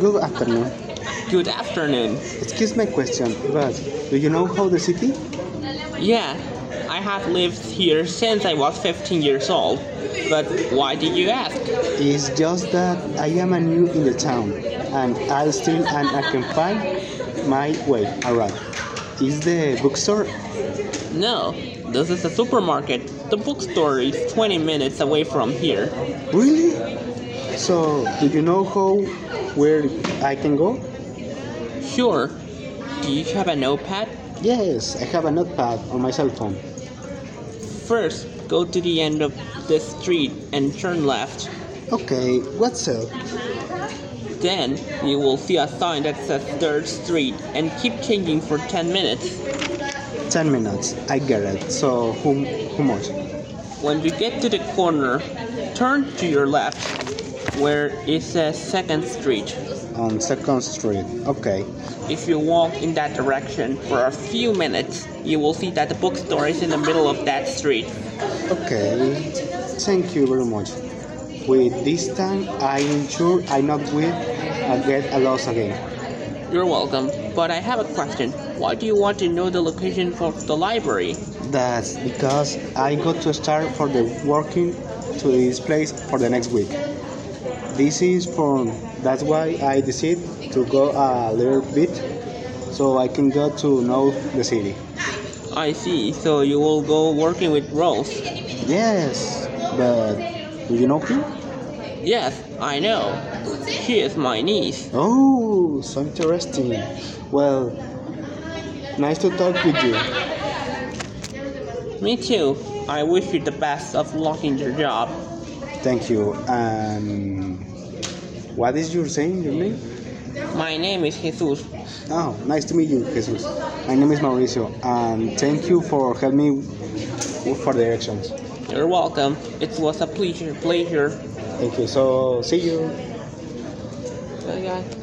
Good afternoon. Good afternoon. Excuse my question, but do you know how the city? Yeah, I have lived here since I was 15 years old. But why did you ask? It's just that I am a new in the town, and I still and I can find my way around. Is the bookstore? No, this is a supermarket. The bookstore is 20 minutes away from here. Really? So, do you know how where I can go? Sure. Do you have a notepad? Yes, I have a notepad on my cell phone. First, go to the end of the street and turn left. Okay, what's up? Then, you will see a sign that says 3rd Street and keep changing for 10 minutes. 10 minutes. I get it. So, who, who much? When you get to the corner, turn to your left where it says 2nd Street. On 2nd Street. Okay. If you walk in that direction for a few minutes, you will see that the bookstore is in the middle of that street. Okay. Thank you very much. With this time, I'm sure I not will uh, get a loss again. You're welcome, but I have a question. Why do you want to know the location of the library? That's because I got to start for the working to this place for the next week. This is from that's why I decided to go a little bit so I can go to know the city. I see, so you will go working with Rose. Yes, but do you know him? Yes, I know. She is my niece. Oh, so interesting. Well, nice to talk with you. Me too. I wish you the best of luck in your job. Thank you. Um, what is your saying? Your name? My name is Jesus. Oh, nice to meet you, Jesus. My name is Mauricio, and thank you for helping me for directions. You're welcome. It was a pleasure. Pleasure. Thank you. So, see you. Bye, guys.